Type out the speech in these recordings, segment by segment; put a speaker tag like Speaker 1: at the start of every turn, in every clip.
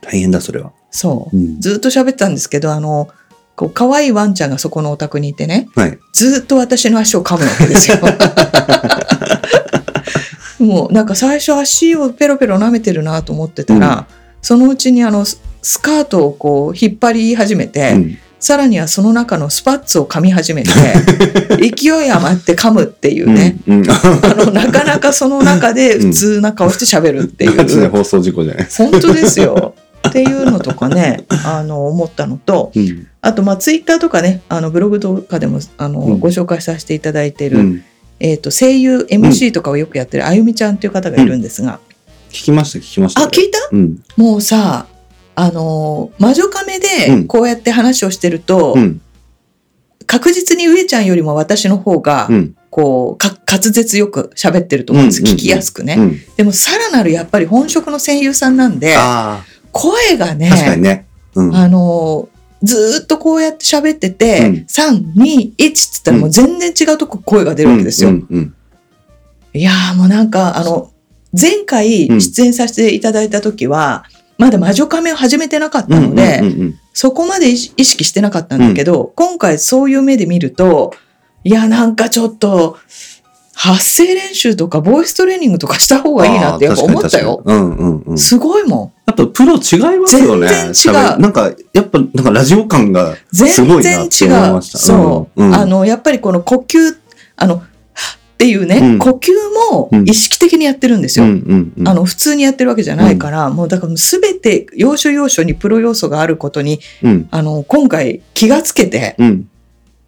Speaker 1: 大変だ、それは。
Speaker 2: そうう。
Speaker 1: ん
Speaker 2: ずーっと喋ってたんですけど、あの、こう、可愛いワンちゃんがそこのお宅にいてね、
Speaker 1: はい。
Speaker 2: ずーっと私の足を噛むわけです よ。もう、なんか最初足をペロペロ舐めてるなと思ってたら、そのうちにあの、ススカートをこう、引っ張り始めて、
Speaker 1: うん
Speaker 2: さらにはその中のスパッツを噛み始 めて、勢い余って噛むっていうね、。
Speaker 1: うん。
Speaker 2: あの、なかなかその中で普通な顔して喋るってい
Speaker 1: マジで
Speaker 2: う、
Speaker 1: 放送事故じゃない。
Speaker 2: 本当ですよ。っていうのとかね、あの、思ったのと、
Speaker 1: うん。
Speaker 2: あと、まあ、ツイッターとかね、あの、ブログとかでも、あの、
Speaker 1: うん
Speaker 2: ご紹介させていただいている、
Speaker 1: うん
Speaker 2: えっ、と、声優、MC とかをよくやってるあゆみちゃんっていう方がいるんですが、
Speaker 1: 聞きました、聞きました。
Speaker 2: あ、聞いた
Speaker 1: うん。
Speaker 2: もうさ、あの、魔女カメでこうやって話をしてると、
Speaker 1: うん。
Speaker 2: 確実に上ちゃんよりも私の方が
Speaker 1: う、ん。
Speaker 2: こう、か滑舌よく喋ってると思うんです。
Speaker 1: うんうんうん
Speaker 2: 聞きやすくね。
Speaker 1: うん
Speaker 2: でも、さらなるやっぱり本職の声優さんなんで、
Speaker 1: あ
Speaker 2: 声がね
Speaker 1: あ、、確かにね。うん。
Speaker 2: あのーずーっとこうやって喋ってて、
Speaker 1: うん
Speaker 2: 3、2、1っつったらもう全然違うとこ声が出るわけですよ。
Speaker 1: うんうん
Speaker 2: いやーもうなんか、あの、前回
Speaker 1: うん
Speaker 2: 出演させていただいた時は、まだ魔女カメを始めてなかったので、
Speaker 1: うんうんうんうん
Speaker 2: そこまで意識意識してなかったんだけど、今回そういう目で見ると、いや、なんかちょっと、発声練習とかボイストレーニングとかした方がいいなってやっぱ思ったよ。
Speaker 1: あー。確かに確かにうんうんうん。
Speaker 2: すごいも
Speaker 1: やっぱプロ違いますよね。
Speaker 2: 全然違う
Speaker 1: 喋りなんか、やっぱ、なんかラジオ感が
Speaker 2: ん。全
Speaker 1: すごい
Speaker 2: 然
Speaker 1: な
Speaker 2: 違。
Speaker 1: って思いうました。
Speaker 2: そう、
Speaker 1: んん
Speaker 2: あ、の、やっぱりこの呼吸、あの、はっっていうね、
Speaker 1: うん
Speaker 2: 呼吸も意識的にやってるんです
Speaker 1: うん
Speaker 2: よ。
Speaker 1: うんうん。
Speaker 2: あの、普通にやってるわけじゃないから、もうだから全て要所要所にプロ要素があることに、
Speaker 1: うん。
Speaker 2: あの、今回気がつけて、
Speaker 1: うん。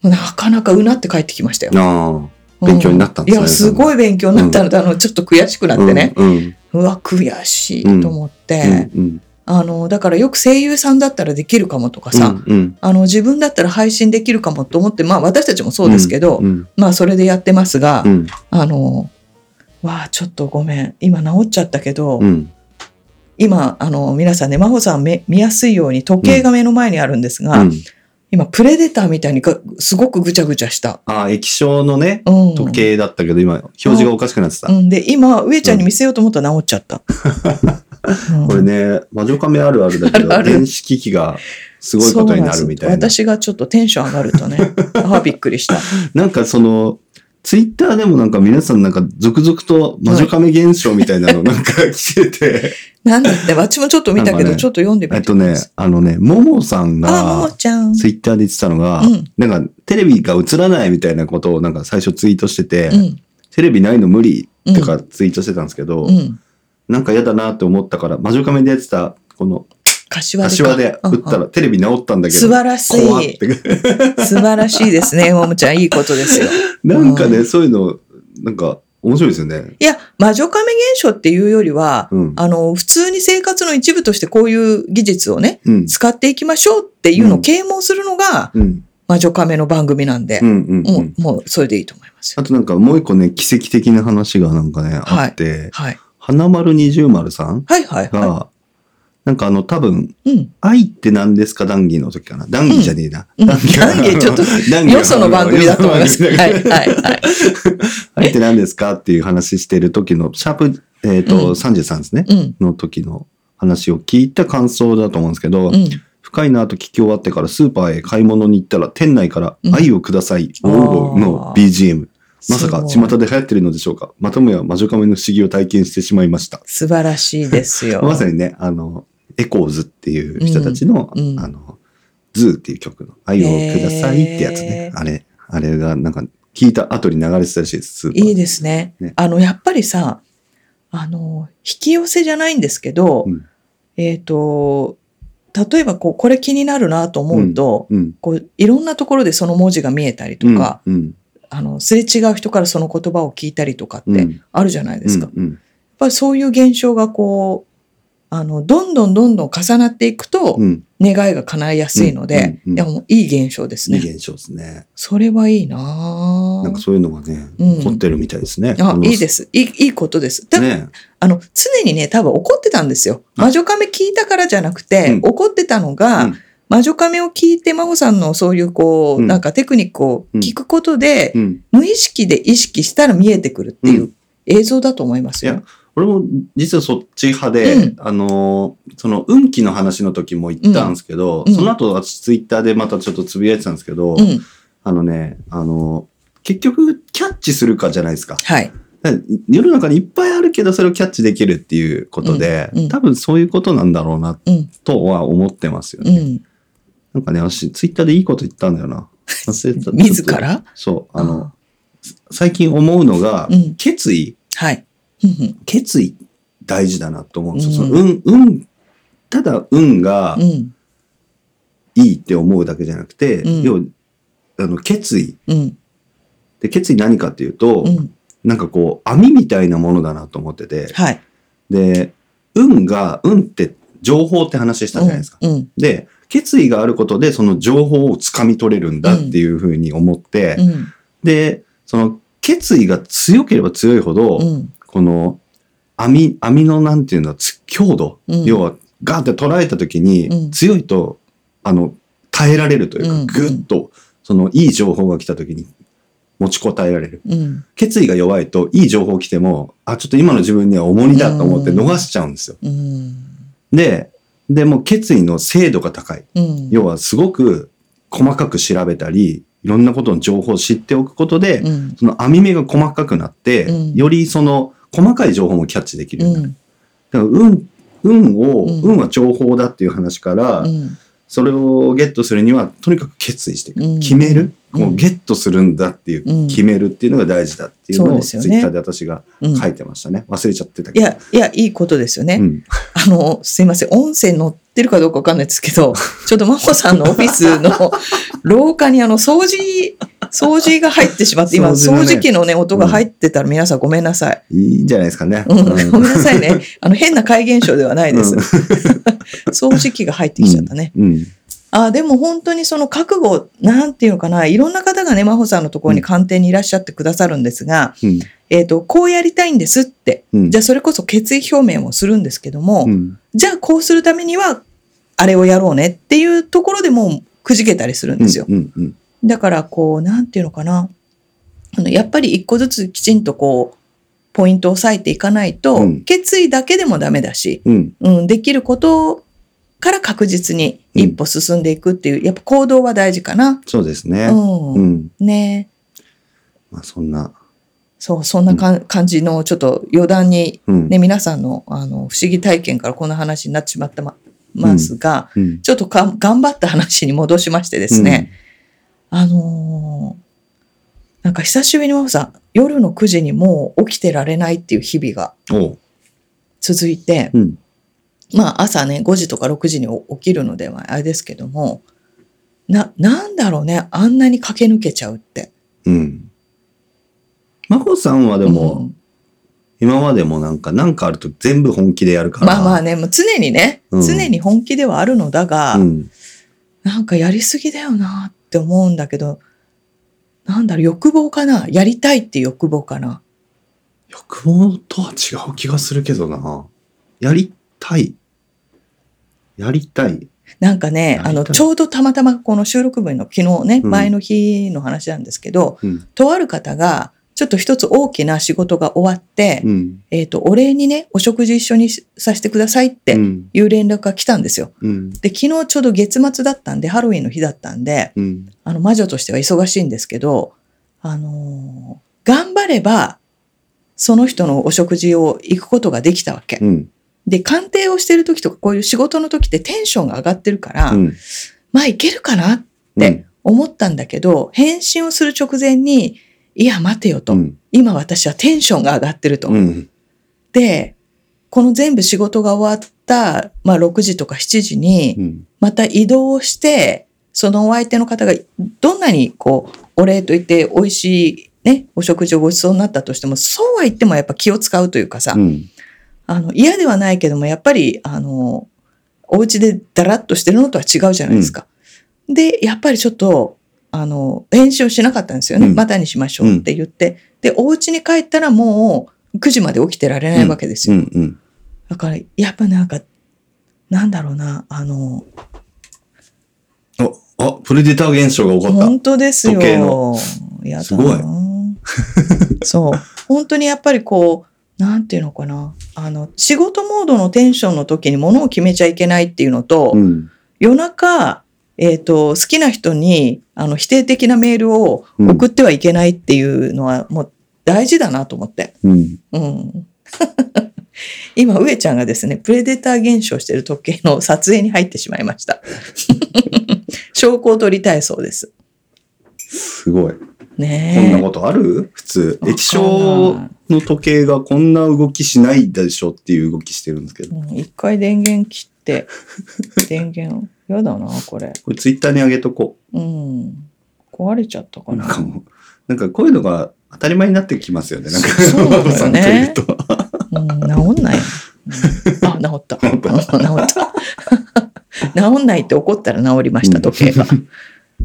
Speaker 2: なかなかうなって帰ってきましたよ。
Speaker 1: ああ、勉強になったんですね。
Speaker 2: いや、す
Speaker 1: い
Speaker 2: ごい勉強になったので、あの、ちょっと悔しくなってね、。
Speaker 1: うんうん。
Speaker 2: うわ、悔しいと思って、
Speaker 1: うん
Speaker 2: あの、だからよく声優さんだったらできるかもとかさ、
Speaker 1: うんうん。
Speaker 2: あの、自分だったら配信できるかもと思って、まあ、私たちもそうですけど、
Speaker 1: うん
Speaker 2: まあ、それでやってますが、
Speaker 1: うん
Speaker 2: あの、わあ、ちょっとごめん。今治っちゃったけど、
Speaker 1: うん。
Speaker 2: 今、あの、皆さんね、真帆さんめ見やすいように時計が目の前にあるんですが、
Speaker 1: うん
Speaker 2: 今、プレデターみたいにがすごくぐちゃぐちゃした。
Speaker 1: ああ、液晶のね、
Speaker 2: うん。
Speaker 1: 時計だったけど、今、表示がおかしくなってた
Speaker 2: う。ん、で、今、上ちゃんに見せようと思ったら治っちゃ った。うん
Speaker 1: これね、魔女カメあるあるだけ ど、
Speaker 2: あるある
Speaker 1: 電子機器がすごいことになるみ
Speaker 2: そ
Speaker 1: たい
Speaker 2: う
Speaker 1: な。
Speaker 2: んです私がちょっとテンション上がるとね、ああ、びっくりした。
Speaker 1: なんかその、ツイッターでもなんか皆さんなんか続々と魔女亀現象みたいなのなんか来てて、
Speaker 2: なんだって、私もちょっと見たけ
Speaker 1: なんか
Speaker 2: ど、
Speaker 1: ね
Speaker 2: ちょっと読んでみ
Speaker 1: え
Speaker 2: て
Speaker 1: っとね、あのね、ももさん
Speaker 2: あ、も
Speaker 1: が
Speaker 2: もちゃん。
Speaker 1: ツイッターで言ってたのが、
Speaker 2: うん
Speaker 1: なんかテレビが映らないみたいなことをなんか最初ツイートしてて、
Speaker 2: うん。
Speaker 1: テレビないの無理とかツイートしてたんですけど、
Speaker 2: うん。
Speaker 1: なんか嫌だなって思ったから、魔女亀でやってた、この
Speaker 2: 柏でか。
Speaker 1: 柏で打った
Speaker 2: うんう
Speaker 1: らテレビ直ったんだ
Speaker 2: ん
Speaker 1: け
Speaker 2: 素
Speaker 1: ど、
Speaker 2: 晴らし
Speaker 1: 怖っ
Speaker 2: い
Speaker 1: て。。
Speaker 2: 素晴らしいですね、ももちゃん。いいことですよ。
Speaker 1: なんか
Speaker 2: う
Speaker 1: ね、そういうの、なんか面白いですよね。
Speaker 2: いや、魔女亀現象っていうよりは、
Speaker 1: うん。
Speaker 2: あの、普通に生活の一部としてこういう技術をね、
Speaker 1: うん。
Speaker 2: 使っていきましょうっていうの
Speaker 1: う
Speaker 2: を
Speaker 1: ん
Speaker 2: 啓蒙するのが、
Speaker 1: うん。
Speaker 2: 魔女亀の番組なんで
Speaker 1: う、ん。うん。う
Speaker 2: も
Speaker 1: ん。
Speaker 2: う、もう、それでいいと思いますよ。
Speaker 1: あとなんかもう一個ね、奇跡的な話がなんかね、
Speaker 2: はい
Speaker 1: あって、
Speaker 2: はい。
Speaker 1: 花丸二重丸さん
Speaker 2: はいはい
Speaker 1: が、
Speaker 2: は
Speaker 1: なんかあの多分、
Speaker 2: い。うん。
Speaker 1: 愛って何ですか談義の時かな。談義じゃねえな。
Speaker 2: うん
Speaker 1: 談義は
Speaker 2: 談義ちょっと、
Speaker 1: 談義は
Speaker 2: よその番組だと思います。
Speaker 1: よ
Speaker 2: はい
Speaker 1: その番組だ
Speaker 2: はい
Speaker 1: から
Speaker 2: はい。
Speaker 1: 愛って何ですかっていう話してる時の、シャープ、えっ、
Speaker 2: うん
Speaker 1: と、33ですね。
Speaker 2: うん。
Speaker 1: の時の話を聞いた感想だと思うんですけど、
Speaker 2: うん。
Speaker 1: 深いなと聞き終わってからスーパーへ買い物に行ったら店内から
Speaker 2: うん
Speaker 1: 愛をください、
Speaker 2: あー
Speaker 1: 王の BGM。まさか
Speaker 2: すごい
Speaker 1: 巷で流行ってるのでしょうかまたもや魔女亀の不思議を体験してしまいました。
Speaker 2: 素晴らしいですよ。
Speaker 1: まさにね、あの、エコーズっていう人たちの、
Speaker 2: うんうん
Speaker 1: あの、ズーっていう曲の愛をくださいってやつ
Speaker 2: へ
Speaker 1: ね。
Speaker 2: ー
Speaker 1: あれ、あれがなんか聞いた後に流れてたらしいです、スーパー
Speaker 2: いいですね
Speaker 1: ね
Speaker 2: あの、やっぱりさ、あの、引き寄せじゃないんですけど、
Speaker 1: うん
Speaker 2: えっ、と、例えばこう、これ気になるなと思うと、
Speaker 1: うん。
Speaker 2: こう、いろんなところでその文字が見えたりとか、
Speaker 1: うん、
Speaker 2: あの、すれ違う人からその言葉を聞いたりとかっ
Speaker 1: うん、
Speaker 2: てあるじゃないですか。やっ
Speaker 1: うんうん
Speaker 2: ぱりそういう現象がこう、あの、どんどんどんどん重なっていくと、
Speaker 1: うん
Speaker 2: 願いが叶いやすいので、
Speaker 1: うんうんうん
Speaker 2: いや、もういい現象です
Speaker 1: いい
Speaker 2: ね。
Speaker 1: 現象ですね。
Speaker 2: それはいいなぁ
Speaker 1: なんかそういうのがね、
Speaker 2: うん
Speaker 1: 起こってるみたいですね。。
Speaker 2: あ、いいですす。いい、いいことです。た
Speaker 1: ね。
Speaker 2: あの、常にね、多分怒ってたんですよ。
Speaker 1: あ
Speaker 2: 魔女亀聞いたからじゃなくて、
Speaker 1: うん
Speaker 2: 怒ってたのが、
Speaker 1: うん
Speaker 2: 魔女亀を聞いて、真帆さんのそういう、こう、
Speaker 1: うん
Speaker 2: なんかテクニックを聞くことで、
Speaker 1: うん。
Speaker 2: 無意識で意識したら見えてくるっていうう映像だと思いますよ。
Speaker 1: いや俺も実はそっち派で、
Speaker 2: うん
Speaker 1: あのーその運気の話の時も言ったんですけど、
Speaker 2: うん
Speaker 1: その後私ツイッターでまたちょっとつぶやいてたんですけど、
Speaker 2: うん。
Speaker 1: あのね、あのー結局キャッチするかじゃないですか。
Speaker 2: はい。
Speaker 1: だから世の中にいっぱいあるけどそれをキャッチできるっていうことで、
Speaker 2: うんうん
Speaker 1: 多分そういうことなんだろうな
Speaker 2: うん。
Speaker 1: とは思ってますよ
Speaker 2: う
Speaker 1: ね。
Speaker 2: ん。
Speaker 1: なんかね、私ツイッターでいいこと言ったんだよな。忘れて た。
Speaker 2: 自ら
Speaker 1: そう、あの、最近思うのが、
Speaker 2: うん
Speaker 1: 決意、
Speaker 2: はい。うんうん
Speaker 1: 決意大事だなと思うんですよ。
Speaker 2: うん
Speaker 1: その運、運、ただ運が
Speaker 2: うん。
Speaker 1: いいって思うだけじゃなくて、
Speaker 2: うん
Speaker 1: 要は、あの、決意。
Speaker 2: うん。
Speaker 1: で、決意何かっていうと、
Speaker 2: うん。
Speaker 1: なんかこう、網みたいなものだなと思ってて、
Speaker 2: はい。
Speaker 1: で、運が、運って情報って話したじゃないですか。
Speaker 2: うん。うん
Speaker 1: で、決意があることで、その情報を掴み取れるんだっていうふうに思って、
Speaker 2: うん。
Speaker 1: で、その決意が強ければ強いほど、
Speaker 2: うん。
Speaker 1: この網、網のなんていうの、つ強度、
Speaker 2: うん
Speaker 1: 要はガーって捉えた時に、
Speaker 2: うん
Speaker 1: 強いと、あの、耐えられるというか、
Speaker 2: うん
Speaker 1: ぐっと、そのいい情報が来た時に持ちこたえられる。
Speaker 2: うん。
Speaker 1: 決意が弱いと、いい情報来ても、あ、ちょっと今の自分には重荷だと思って逃しちゃうんですよ。
Speaker 2: うん。
Speaker 1: で、でも決意の精度が高い。
Speaker 2: うん。
Speaker 1: 要はすごく細かく調べたり、いろんなことの情報を知っておくことで、
Speaker 2: うん。
Speaker 1: その網目が細かくなって、
Speaker 2: うん
Speaker 1: よりその細かい情報もキャッチできるよう
Speaker 2: う
Speaker 1: になる。
Speaker 2: ん。
Speaker 1: だから運、運を、
Speaker 2: うん
Speaker 1: 運は情報だっていう話から、
Speaker 2: うん。
Speaker 1: それをゲットするには、とにかく決意していく。
Speaker 2: うん
Speaker 1: 決める。
Speaker 2: うん
Speaker 1: もうゲットするんだっていう、
Speaker 2: うん
Speaker 1: 決めるっていうのが大事だっていうの
Speaker 2: そう
Speaker 1: を
Speaker 2: です
Speaker 1: ツ
Speaker 2: よね
Speaker 1: イッターで私が
Speaker 2: うん
Speaker 1: 書いてましたね。忘れちゃってた
Speaker 2: い
Speaker 1: けど。
Speaker 2: や、いや、いいことですよね。
Speaker 1: うん、
Speaker 2: あの、すいません。音声乗ってるかどうかわかんないですけど、ちょっと真帆さんのオフィスの廊下にあの、掃除、掃除が入ってしまって、今、
Speaker 1: 掃除の
Speaker 2: 掃
Speaker 1: ね
Speaker 2: 除機のね、音が入ってたら皆さんごめんなさい。
Speaker 1: いいんじゃないですかね。
Speaker 2: うん、
Speaker 1: うん
Speaker 2: ごめんなさいね。あの、変な怪現象ではないです。
Speaker 1: うん
Speaker 2: 掃除機が入ってきちゃったね。
Speaker 1: うん
Speaker 2: あ、でも本当にその覚悟、なんていうのかな、いろんな方がね、真帆さんのところに鑑定にいらっしゃってくださるんですが、
Speaker 1: うん
Speaker 2: えっ、と、こうやりたいんですって、
Speaker 1: うん
Speaker 2: じゃあそれこそ決意表明もするんですけども、
Speaker 1: うん
Speaker 2: じゃあこうするためには、あれをやろうねっていうところでもうくじけたりするんですよ。
Speaker 1: うんうん
Speaker 2: だからこう、なんていうのかな。あのやっぱり一個ずつきちんとこう、ポイントを押さえていかないと、
Speaker 1: うん
Speaker 2: 決意だけでもダメだし、
Speaker 1: うん
Speaker 2: うん、できることから確実に一歩進んでいくっていう、やっぱ行動は大事かな。
Speaker 1: そうですね。
Speaker 2: うん。
Speaker 1: うん
Speaker 2: ね
Speaker 1: まあ、そんな
Speaker 2: そう、そんなかん感じの、ちょっと余談に、
Speaker 1: うん。
Speaker 2: ね、皆さんの、あの、不思議体験からこんな話になってしまってまますが、
Speaker 1: うん。
Speaker 2: ちょっとか頑張った話に戻しましてですね、あのーなんか久しぶりにマフさん、夜の9時にもう起きてられないっていう日々が
Speaker 1: うん。おう。
Speaker 2: 続いて、
Speaker 1: うん。
Speaker 2: まあ朝ね、5時とか6時に起きるのではあれですけども、な、なんだろうね、あんなに駆け抜けちゃうって。
Speaker 1: うん。真帆さんはで
Speaker 2: う
Speaker 1: も、
Speaker 2: ん
Speaker 1: 今までもなんか、なんかあると全部本気でやるから。
Speaker 2: まあまあね、もう常にね、
Speaker 1: うん
Speaker 2: 常に本気ではあるのだが、
Speaker 1: うん。
Speaker 2: なんかやりすぎだよなって思うんだけど、なんだろう、欲望かなやりたいって欲望かな
Speaker 1: 欲望とは違う気がするけどな。やりたい。やりたい。
Speaker 2: なんか
Speaker 1: や
Speaker 2: ね
Speaker 1: り、た
Speaker 2: あ
Speaker 1: い
Speaker 2: の、ちょうどたまたまこの収録分の昨日ね、
Speaker 1: うん
Speaker 2: 前の日の話なんですけど、
Speaker 1: うん。
Speaker 2: とある方が、ちょっと一つ大きな仕事が終わって、
Speaker 1: うん。
Speaker 2: えっ、と、お礼にね、お食事一緒にしさせてくださいって
Speaker 1: うん。
Speaker 2: いう連絡が来たんですよ。
Speaker 1: うん。
Speaker 2: で、昨日ちょうど月末だったんで、ハロウィンの日だったんで、
Speaker 1: うん。
Speaker 2: あの、魔女としては忙しいんですけど、あのー頑張れば、その人のお食事を行くことができたわけ。
Speaker 1: うん。
Speaker 2: で、鑑定をしてる時とか、こういう仕事の時ってテンションが上がってるから、
Speaker 1: うん。
Speaker 2: まあいけるかなって思ったんだけど、返信をする直前に、いや、待てよと。
Speaker 1: うん。
Speaker 2: 今私はテンションが上がってると。
Speaker 1: うん。
Speaker 2: で、この全部仕事が終わった、まあ6時とか7時に
Speaker 1: う、ん。
Speaker 2: また移動をして、そのお相手の方がどんなにこう、お礼と言って美味しいね、お食事をごちそうになったとしても、そうは言ってもやっぱ気を使うというかさ、
Speaker 1: うん。
Speaker 2: あの、嫌ではないけども、やっぱり、あの、お家でだらっとしてるのとは違うじゃないですか。で、やっぱりちょっと、あの、返信をしなかったんですよね。
Speaker 1: うん
Speaker 2: またにしましょうって言って。で、お家に帰ったらもう9時まで起きてられないわけですよ。
Speaker 1: うん。うん。
Speaker 2: だから、やっぱなんか、なんだろうな、あの、
Speaker 1: あ、あ、プレデター現象が起こった。
Speaker 2: 本当ですよ。
Speaker 1: 時計の
Speaker 2: やだな
Speaker 1: すごい
Speaker 2: そう。本当にやっぱりこう、なんていうのかな。あの、仕事モードのテンションの時に物を決めちゃいけないっていうのと、
Speaker 1: うん。
Speaker 2: 夜中、えっ、と、好きな人に、あの、否定的なメールを送ってはいけないっていうのは、もう大事だなと思って。
Speaker 1: うん。
Speaker 2: うん。 今、上ちゃんがですね、プレデター現象してる時計の撮影に入ってしまいました。 証拠を取りたいそうです。
Speaker 1: すごい。こんな
Speaker 2: ね
Speaker 1: ことある普通。
Speaker 2: わかんない
Speaker 1: 液晶の時計がこんな動きしないでしょっていう動きしてるんですけ
Speaker 2: え。
Speaker 1: ど。
Speaker 2: うん一回電源切って、電源、やだな、これ。
Speaker 1: これツイッターに上げとこ
Speaker 2: うん。壊れちゃったか
Speaker 1: う。
Speaker 2: な
Speaker 1: なん。かもう、なんかこういうのが当たり前になってきますよね。なんか、
Speaker 2: そうそうだよね
Speaker 1: バブさんといると。
Speaker 2: うん、治んない。うんあ、治った。治
Speaker 1: 治っ た
Speaker 2: った。治んないって怒ったら治りました、時 計が。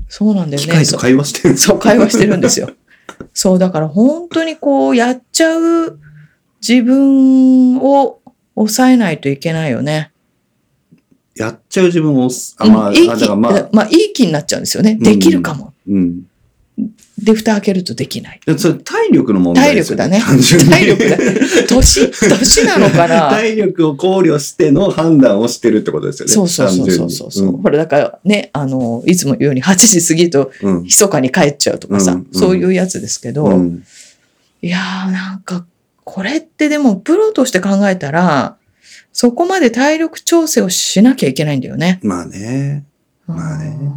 Speaker 2: そうなんだよ
Speaker 1: 機械
Speaker 2: ね。
Speaker 1: と
Speaker 2: そ
Speaker 1: 会話してるんです
Speaker 2: そう、会話してるん ですよ。そう、だから本当にこう、やっちゃう自分を抑えないといけないよね。
Speaker 1: やっちゃう自分を、あ、まあ、
Speaker 2: う
Speaker 1: あ
Speaker 2: んいい
Speaker 1: だか
Speaker 2: 気、
Speaker 1: ら
Speaker 2: ま
Speaker 1: ま
Speaker 2: あ
Speaker 1: あ、、
Speaker 2: いい気になっちゃうんですよね。
Speaker 1: ん
Speaker 2: できるかも。
Speaker 1: うん。
Speaker 2: で、蓋開けるとできない。
Speaker 1: でそれ体力の問題ですよね。
Speaker 2: 体体力 だ
Speaker 1: 単純に。
Speaker 2: 年、年なのかな
Speaker 1: 体力を考慮しての判断をしてるってことですよね。
Speaker 2: そうそうそうそうそうそう。ほら、だからね、あの、いつも言うように8時過ぎると
Speaker 1: 単純に
Speaker 2: 密かに帰っちゃうとかさ、
Speaker 1: うんうん
Speaker 2: そういうやつですけど、
Speaker 1: うん。うん。
Speaker 2: いやーなんかこれってでもプロとして考えたらそこまで体力調整をしなきゃいけないんだよね。
Speaker 1: まあね。まあね
Speaker 2: うん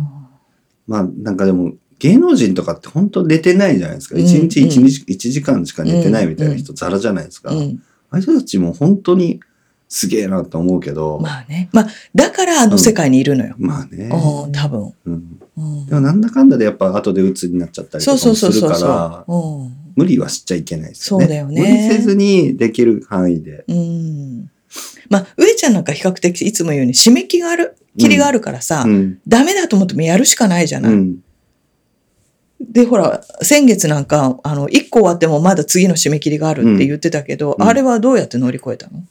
Speaker 1: まあなんかでも芸能人とかって本当寝てないじゃないですか。
Speaker 2: うん
Speaker 1: 一日一日一時間しか寝てないみたいな人ザラじゃないですか。
Speaker 2: うん、
Speaker 1: ああいう人たちも本当にすげえなと思うけど、まあ、
Speaker 2: まあね。まあだからあの世界にいるのよ。
Speaker 1: ね、
Speaker 2: うん、多分。
Speaker 1: うん
Speaker 2: うん
Speaker 1: でもなんだかんだでやっぱ後で鬱になっちゃったりと
Speaker 2: そ
Speaker 1: か
Speaker 2: うそ
Speaker 1: も
Speaker 2: う
Speaker 1: す
Speaker 2: そう
Speaker 1: る
Speaker 2: そう
Speaker 1: から
Speaker 2: そ、う。うん
Speaker 1: 無理はしちゃいけないですよね。
Speaker 2: そうだよね
Speaker 1: 無理せずにできる範囲で。
Speaker 2: うん。まあ、上ちゃんなんか比較的いつも言うように締め切りがある、切りがあるからさ、
Speaker 1: うん。
Speaker 2: ダメだと思ってもやるしかないじゃな
Speaker 1: う
Speaker 2: い。
Speaker 1: ん。
Speaker 2: で、ほら、先月なんか、あの、1個終わってもまだ次の締め切りがあるって言ってたけど、
Speaker 1: うん
Speaker 2: あれはどうやって乗り越えたの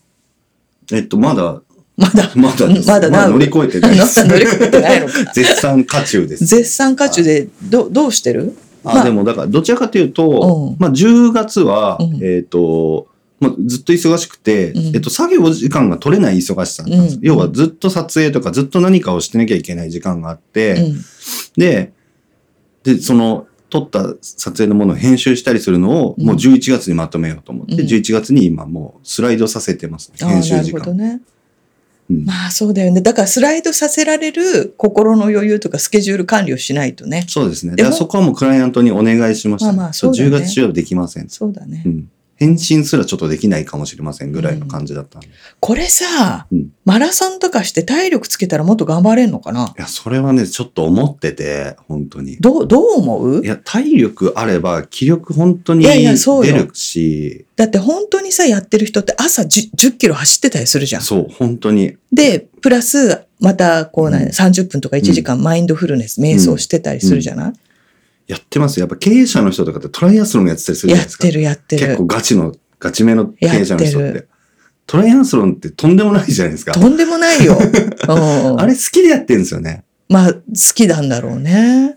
Speaker 1: えっと、まだ、
Speaker 2: まだ、
Speaker 1: まだで す。
Speaker 2: まだな
Speaker 1: 乗り越えて
Speaker 2: あ
Speaker 1: ないで
Speaker 2: の
Speaker 1: す。
Speaker 2: 乗り越えてないのか。
Speaker 1: 絶賛渦中です。
Speaker 2: 絶賛渦中で、ど、どうしてる
Speaker 1: あ、
Speaker 2: まあ
Speaker 1: でもだからどちらかという
Speaker 2: うん
Speaker 1: と、まあ、10月は、
Speaker 2: うん
Speaker 1: えっ、と、まあ、ずっと忙しくて、
Speaker 2: うん
Speaker 1: えっと、作業時間が取れない忙しさなんです、
Speaker 2: うん
Speaker 1: 要はずっと撮影とかずっと何かをしてなきゃいけない時間があって、
Speaker 2: うん。
Speaker 1: で、で、その、撮った撮影のものを編集したりするのを、
Speaker 2: うん
Speaker 1: もう11月にまとめようと思って、
Speaker 2: うん
Speaker 1: 11月に今もうスライドさせてますね、
Speaker 2: あ
Speaker 1: 編
Speaker 2: あ、
Speaker 1: 集
Speaker 2: な
Speaker 1: 時
Speaker 2: るほど
Speaker 1: 間。
Speaker 2: ね。
Speaker 1: うん
Speaker 2: まあそうだよね。だからスライドさせられる心の余裕とかスケジュール管理をしないとね。
Speaker 1: そうですね。
Speaker 2: で
Speaker 1: だ
Speaker 2: も
Speaker 1: からそこはもうクライアントにお願いしましたね、
Speaker 2: まあまあそうだよね
Speaker 1: 10月中はできません。
Speaker 2: そうだね。
Speaker 1: うん。返信すらちょっとできないかもしれませんぐらいの感じだったんで。い
Speaker 2: これさ、
Speaker 1: うん
Speaker 2: マラソンとかして体力つけたらもっと頑張れんのかな
Speaker 1: や、それはね、ちょっと思ってて、本当に。
Speaker 2: どう、どう思う
Speaker 1: いや、体力あれば、気力本当
Speaker 2: い
Speaker 1: に
Speaker 2: やい
Speaker 1: 出
Speaker 2: やそうよ
Speaker 1: るし、
Speaker 2: だって本当にさ、やってる人って朝10 10キロ走ってたりするじゃん。
Speaker 1: そう、本当に。
Speaker 2: で、プラス、また、こうな、
Speaker 1: うん
Speaker 2: 30分とか1時間マインドフルネス、瞑想してたりするじゃない、
Speaker 1: やってますよやっぱ経営者の人とかってトライアスロンやってたりするじゃな
Speaker 2: や
Speaker 1: いで
Speaker 2: っ
Speaker 1: すか。
Speaker 2: てるやって
Speaker 1: 結
Speaker 2: る
Speaker 1: 構。ガチの、ガチめの経営者の人
Speaker 2: や
Speaker 1: っ
Speaker 2: って
Speaker 1: て。トライアスロンってとんでもないじゃないですか。
Speaker 2: とんでもない よ。うん
Speaker 1: あれ好きでやってるんですよね。
Speaker 2: まあ、好きなんだろうね。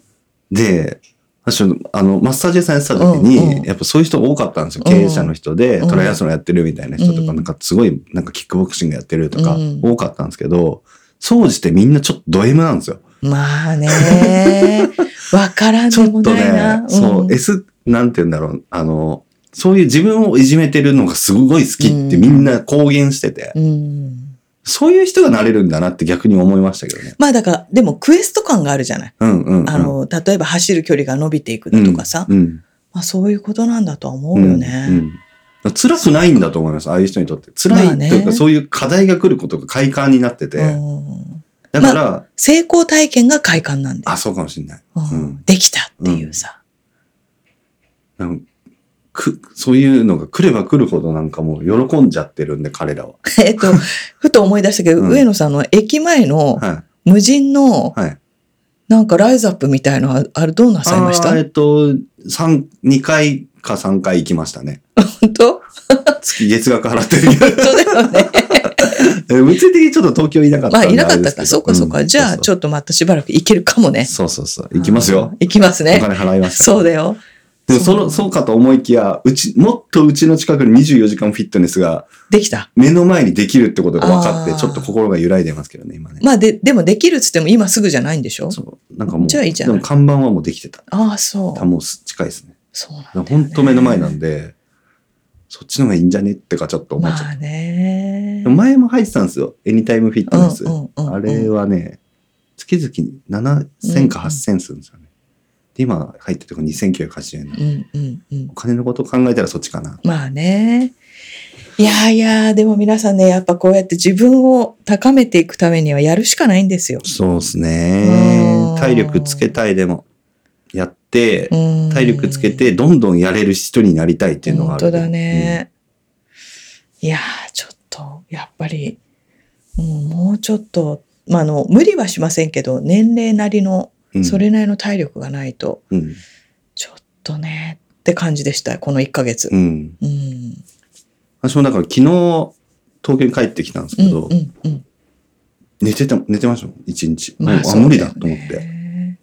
Speaker 1: で、私あの、マッサージ屋さんやってた時に、
Speaker 2: うんうん
Speaker 1: やっぱそういう人多かったんですよ。経営者の人で、
Speaker 2: うん
Speaker 1: トライアスロンやってるみたいな人とか、
Speaker 2: うん
Speaker 1: なんかすごい、なんかキックボクシングやってるとか
Speaker 2: うん、
Speaker 1: 多かったんですけど、総じてみんなちょっとド M なんですよ。
Speaker 2: まあね。わからん
Speaker 1: ち
Speaker 2: で
Speaker 1: ょ
Speaker 2: も
Speaker 1: っと
Speaker 2: な
Speaker 1: ね
Speaker 2: いな。、
Speaker 1: そうう、
Speaker 2: ん
Speaker 1: S、なんて言うんだろう、あの、そういう自分をいじめてるのがすごい好きってみんな公言してて、
Speaker 2: うん。
Speaker 1: そういう人がなれるんだなって逆に思いましたけどね。
Speaker 2: まあだから、でもクエスト感があるじゃない。
Speaker 1: うんうん、うん。
Speaker 2: あの、例えば走る距離が伸びていくだとかさ。
Speaker 1: うん、うん。
Speaker 2: まあそういうことなんだとは思うよね。
Speaker 1: うんうん辛くないんだと思います、ああいう人にとって。辛い
Speaker 2: まあ
Speaker 1: と
Speaker 2: ね
Speaker 1: いうか、そういう課題が来ることが快感になってて。
Speaker 2: うん
Speaker 1: だから、
Speaker 2: 成功体験が快感なんだ
Speaker 1: あ、
Speaker 2: よ。
Speaker 1: そうかもしれない。
Speaker 2: うん
Speaker 1: うん
Speaker 2: できたっていうさ。
Speaker 1: なんかくそういうのが来れば来るほどなんかもう喜んじゃってるんで、彼らは。
Speaker 2: えっと、ふと思い出したけど、
Speaker 1: うん
Speaker 2: 上野さんの駅前の
Speaker 1: は
Speaker 2: 無人の
Speaker 1: い。はい。
Speaker 2: なんかライズアップみたいなのああれどうなさいました
Speaker 1: あーえっと、三2回か3回行きましたね。
Speaker 2: 本当
Speaker 1: 月、月額払ってるけど
Speaker 2: 本当だよね。
Speaker 1: え。物理的にちょっと東京いなかった
Speaker 2: まあ、
Speaker 1: んで。
Speaker 2: いなかっ
Speaker 1: れで
Speaker 2: た
Speaker 1: すけ
Speaker 2: か。
Speaker 1: ど
Speaker 2: そうかそうか。じゃあ、ち
Speaker 1: ょっ
Speaker 2: ょっとまたしばらく行けるかもね。
Speaker 1: そうそうそう。行きますよ
Speaker 2: あ。ー。行きます
Speaker 1: お
Speaker 2: ね。
Speaker 1: 金払いま す。
Speaker 2: そうだよ。
Speaker 1: でもその、そうかと思いきや、うち、もっとうちの近くに24時間フィットネスが
Speaker 2: できた。
Speaker 1: 目の前にできるってことが分かっ
Speaker 2: あ
Speaker 1: て、
Speaker 2: ー
Speaker 1: ちょっと心が揺らいでますけどね、今ね。
Speaker 2: まあ、で、でもできるっつっても今すぐじゃないんでしょ
Speaker 1: そう。なんかもう、
Speaker 2: じゃあいいじゃない
Speaker 1: でも看板はもうできてた。
Speaker 2: ああ、そ
Speaker 1: あ
Speaker 2: う。
Speaker 1: もうす近いですね。
Speaker 2: そうなんだよね
Speaker 1: ほんと目の前なんで、そっちの方がいいんじゃねってかちょっと思っちゃった。
Speaker 2: まあね
Speaker 1: でも。前も入ってたんですよ。エニタイムフィットネス。
Speaker 2: うんうんうんうん
Speaker 1: あれはね、月々7000か8000するんですよね。で、今入ってるとこ2980円な
Speaker 2: う
Speaker 1: の。
Speaker 2: んうんうん
Speaker 1: お。金のことを考えたらそっちかな。
Speaker 2: まあね。いやいや、でも皆さんね、やっぱこうやって自分を高めていくためにはやるしかないんですよ。
Speaker 1: そうです
Speaker 2: う
Speaker 1: ね
Speaker 2: ん。
Speaker 1: 体力つけたいでも、やって、体
Speaker 2: 体
Speaker 1: 力つけて、どんどんやれる人になりたいっていうのがある。
Speaker 2: 本当だね。いやー、ちょっと、やっぱり、うんもうちょっと、まあ、あの、無理はしませんけど、年齢なりの、
Speaker 1: うん。うん
Speaker 2: そ、れなりの体力がないと、
Speaker 1: うん。
Speaker 2: ちょっとね、って感じでした、この1ヶ月
Speaker 1: う。ん。
Speaker 2: うん。
Speaker 1: 私もだから昨日、東京に帰ってきたんです
Speaker 2: う
Speaker 1: け
Speaker 2: ん。
Speaker 1: ど、
Speaker 2: うん。うん。
Speaker 1: 寝てた、寝てましたもん、一日。もう
Speaker 2: そ
Speaker 1: あ、
Speaker 2: うだ
Speaker 1: 無理
Speaker 2: よ
Speaker 1: だ
Speaker 2: ね
Speaker 1: と思って。。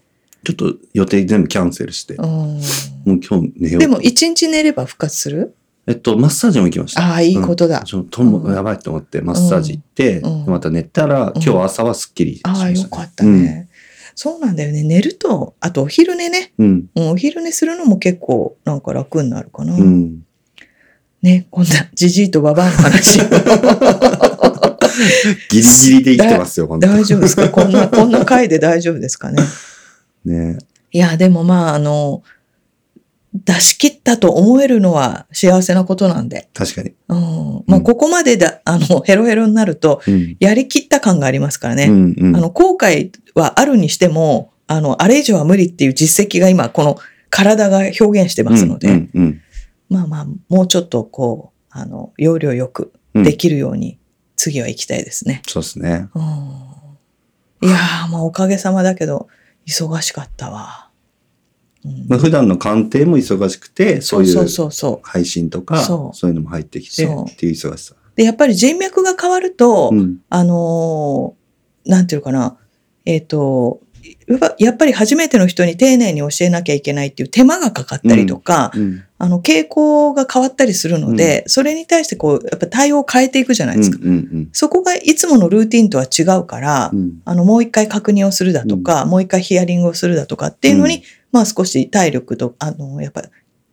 Speaker 1: ちょっと予定全部キャンセルして、
Speaker 2: う
Speaker 1: もう今日寝よ
Speaker 2: ん。
Speaker 1: う。
Speaker 2: でも、1日寝れば復活する
Speaker 1: えっと、マッサージも行きました。
Speaker 2: ああ、いいことだ。
Speaker 1: ちょっとも
Speaker 2: うん
Speaker 1: やばいと思って、マッサージ行って、
Speaker 2: うん
Speaker 1: また寝たら、今日朝はすっきりしまし
Speaker 2: あ
Speaker 1: た、
Speaker 2: あ、よかったね。そうなんだよね。寝ると、あとお昼寝ね。
Speaker 1: うん。
Speaker 2: うんお昼寝するのも結構なんか楽になるかな。
Speaker 1: うん。うん。
Speaker 2: ね、こんなじじいとばばあの 話
Speaker 1: ギリギリで生きてますよ、本当
Speaker 2: 大丈夫ですかこんな、こんな回で大丈夫ですかね。
Speaker 1: ね。
Speaker 2: いや、でもまあ、あの、出し切ったと思えるのは幸せなことなんで。
Speaker 1: 確かに。
Speaker 2: うん。ま
Speaker 1: う
Speaker 2: あ、
Speaker 1: ん
Speaker 2: ここまでだ、あの、ヘロヘロになると、
Speaker 1: うん。
Speaker 2: やりきった感がありますから
Speaker 1: う
Speaker 2: ね。
Speaker 1: んうん
Speaker 2: あの、後悔はあるにしても、あの、あれ以上は無理っていう実績が今、この体が表現してますので、
Speaker 1: うんうん
Speaker 2: まあまあ、もうちょっとこう、あの、要領よく
Speaker 1: うん
Speaker 2: できるように、次は行きたいですね。
Speaker 1: そうですね。
Speaker 2: うん。いやー、まあおかげさまだけど、忙しかったわ。うん
Speaker 1: まあ、普段の鑑定も忙しくて、そうい
Speaker 2: そううそうそう。
Speaker 1: 配信とか、
Speaker 2: そう
Speaker 1: そういうのも入ってきて、
Speaker 2: そう
Speaker 1: っていう忙しさ。
Speaker 2: で、やっぱり人脈が変わると、
Speaker 1: うん。
Speaker 2: あのーなんていうのかな、えっ、と、やっぱやっぱり初めての人に丁寧に教えなきゃいけないっていう手間がかかったりとか、
Speaker 1: うん。
Speaker 2: あの傾向が変わったりするので、それに対してこう、やっぱ対応を変えていくじゃない
Speaker 1: うん
Speaker 2: ですか。
Speaker 1: うん
Speaker 2: そこがいつものルーティンとは違うから、
Speaker 1: うん。
Speaker 2: あの、もう一回確認をするだとか、もう一回ヒアリングをするだとかっていうのに、
Speaker 1: う
Speaker 2: まあ、少し体力とあのやっぱ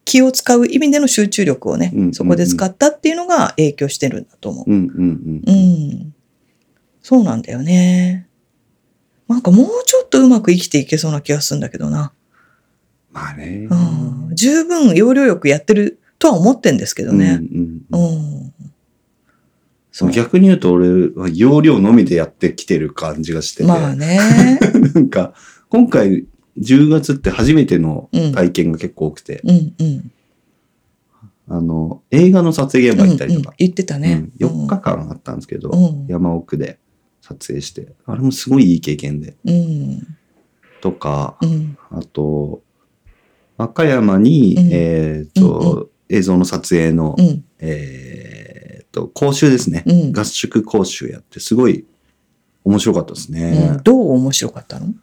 Speaker 2: 気を使う意味での集中力をね、
Speaker 1: うんうんうん
Speaker 2: そこで使ったっていうのが影響してるんだと思う。
Speaker 1: うんうん
Speaker 2: う
Speaker 1: うん。
Speaker 2: ん、そうなんだよね。なんかもうちょっとうまく生きていけそうな気がするんだけどな。
Speaker 1: まあね。
Speaker 2: うん、十分要領よくやってるとは思ってんですけどね。
Speaker 1: うんう
Speaker 2: う
Speaker 1: んうん
Speaker 2: ん。
Speaker 1: そう逆に言うと俺は容量のみでやってきてる感じがしてて、
Speaker 2: まあ ね。
Speaker 1: なんか今回10月って初めての
Speaker 2: うん。
Speaker 1: 体験が結構多くて、
Speaker 2: うんうん。
Speaker 1: あの映画の撮影現場行ったりと
Speaker 2: うんうん
Speaker 1: か、
Speaker 2: 言ってたね。
Speaker 1: うん4日間あったんですけど、
Speaker 2: うん。
Speaker 1: 山奥で撮影してあれもすごいいい経験で
Speaker 2: うん。
Speaker 1: とか
Speaker 2: う、ん。
Speaker 1: あと和歌山に、
Speaker 2: うん
Speaker 1: えーっと、
Speaker 2: う
Speaker 1: 映像の撮影の、
Speaker 2: うん。
Speaker 1: えーっと講習ですね、
Speaker 2: うん。
Speaker 1: 合宿講習やってすごい面白かったです
Speaker 2: う
Speaker 1: ね
Speaker 2: ん、、どう面白かったの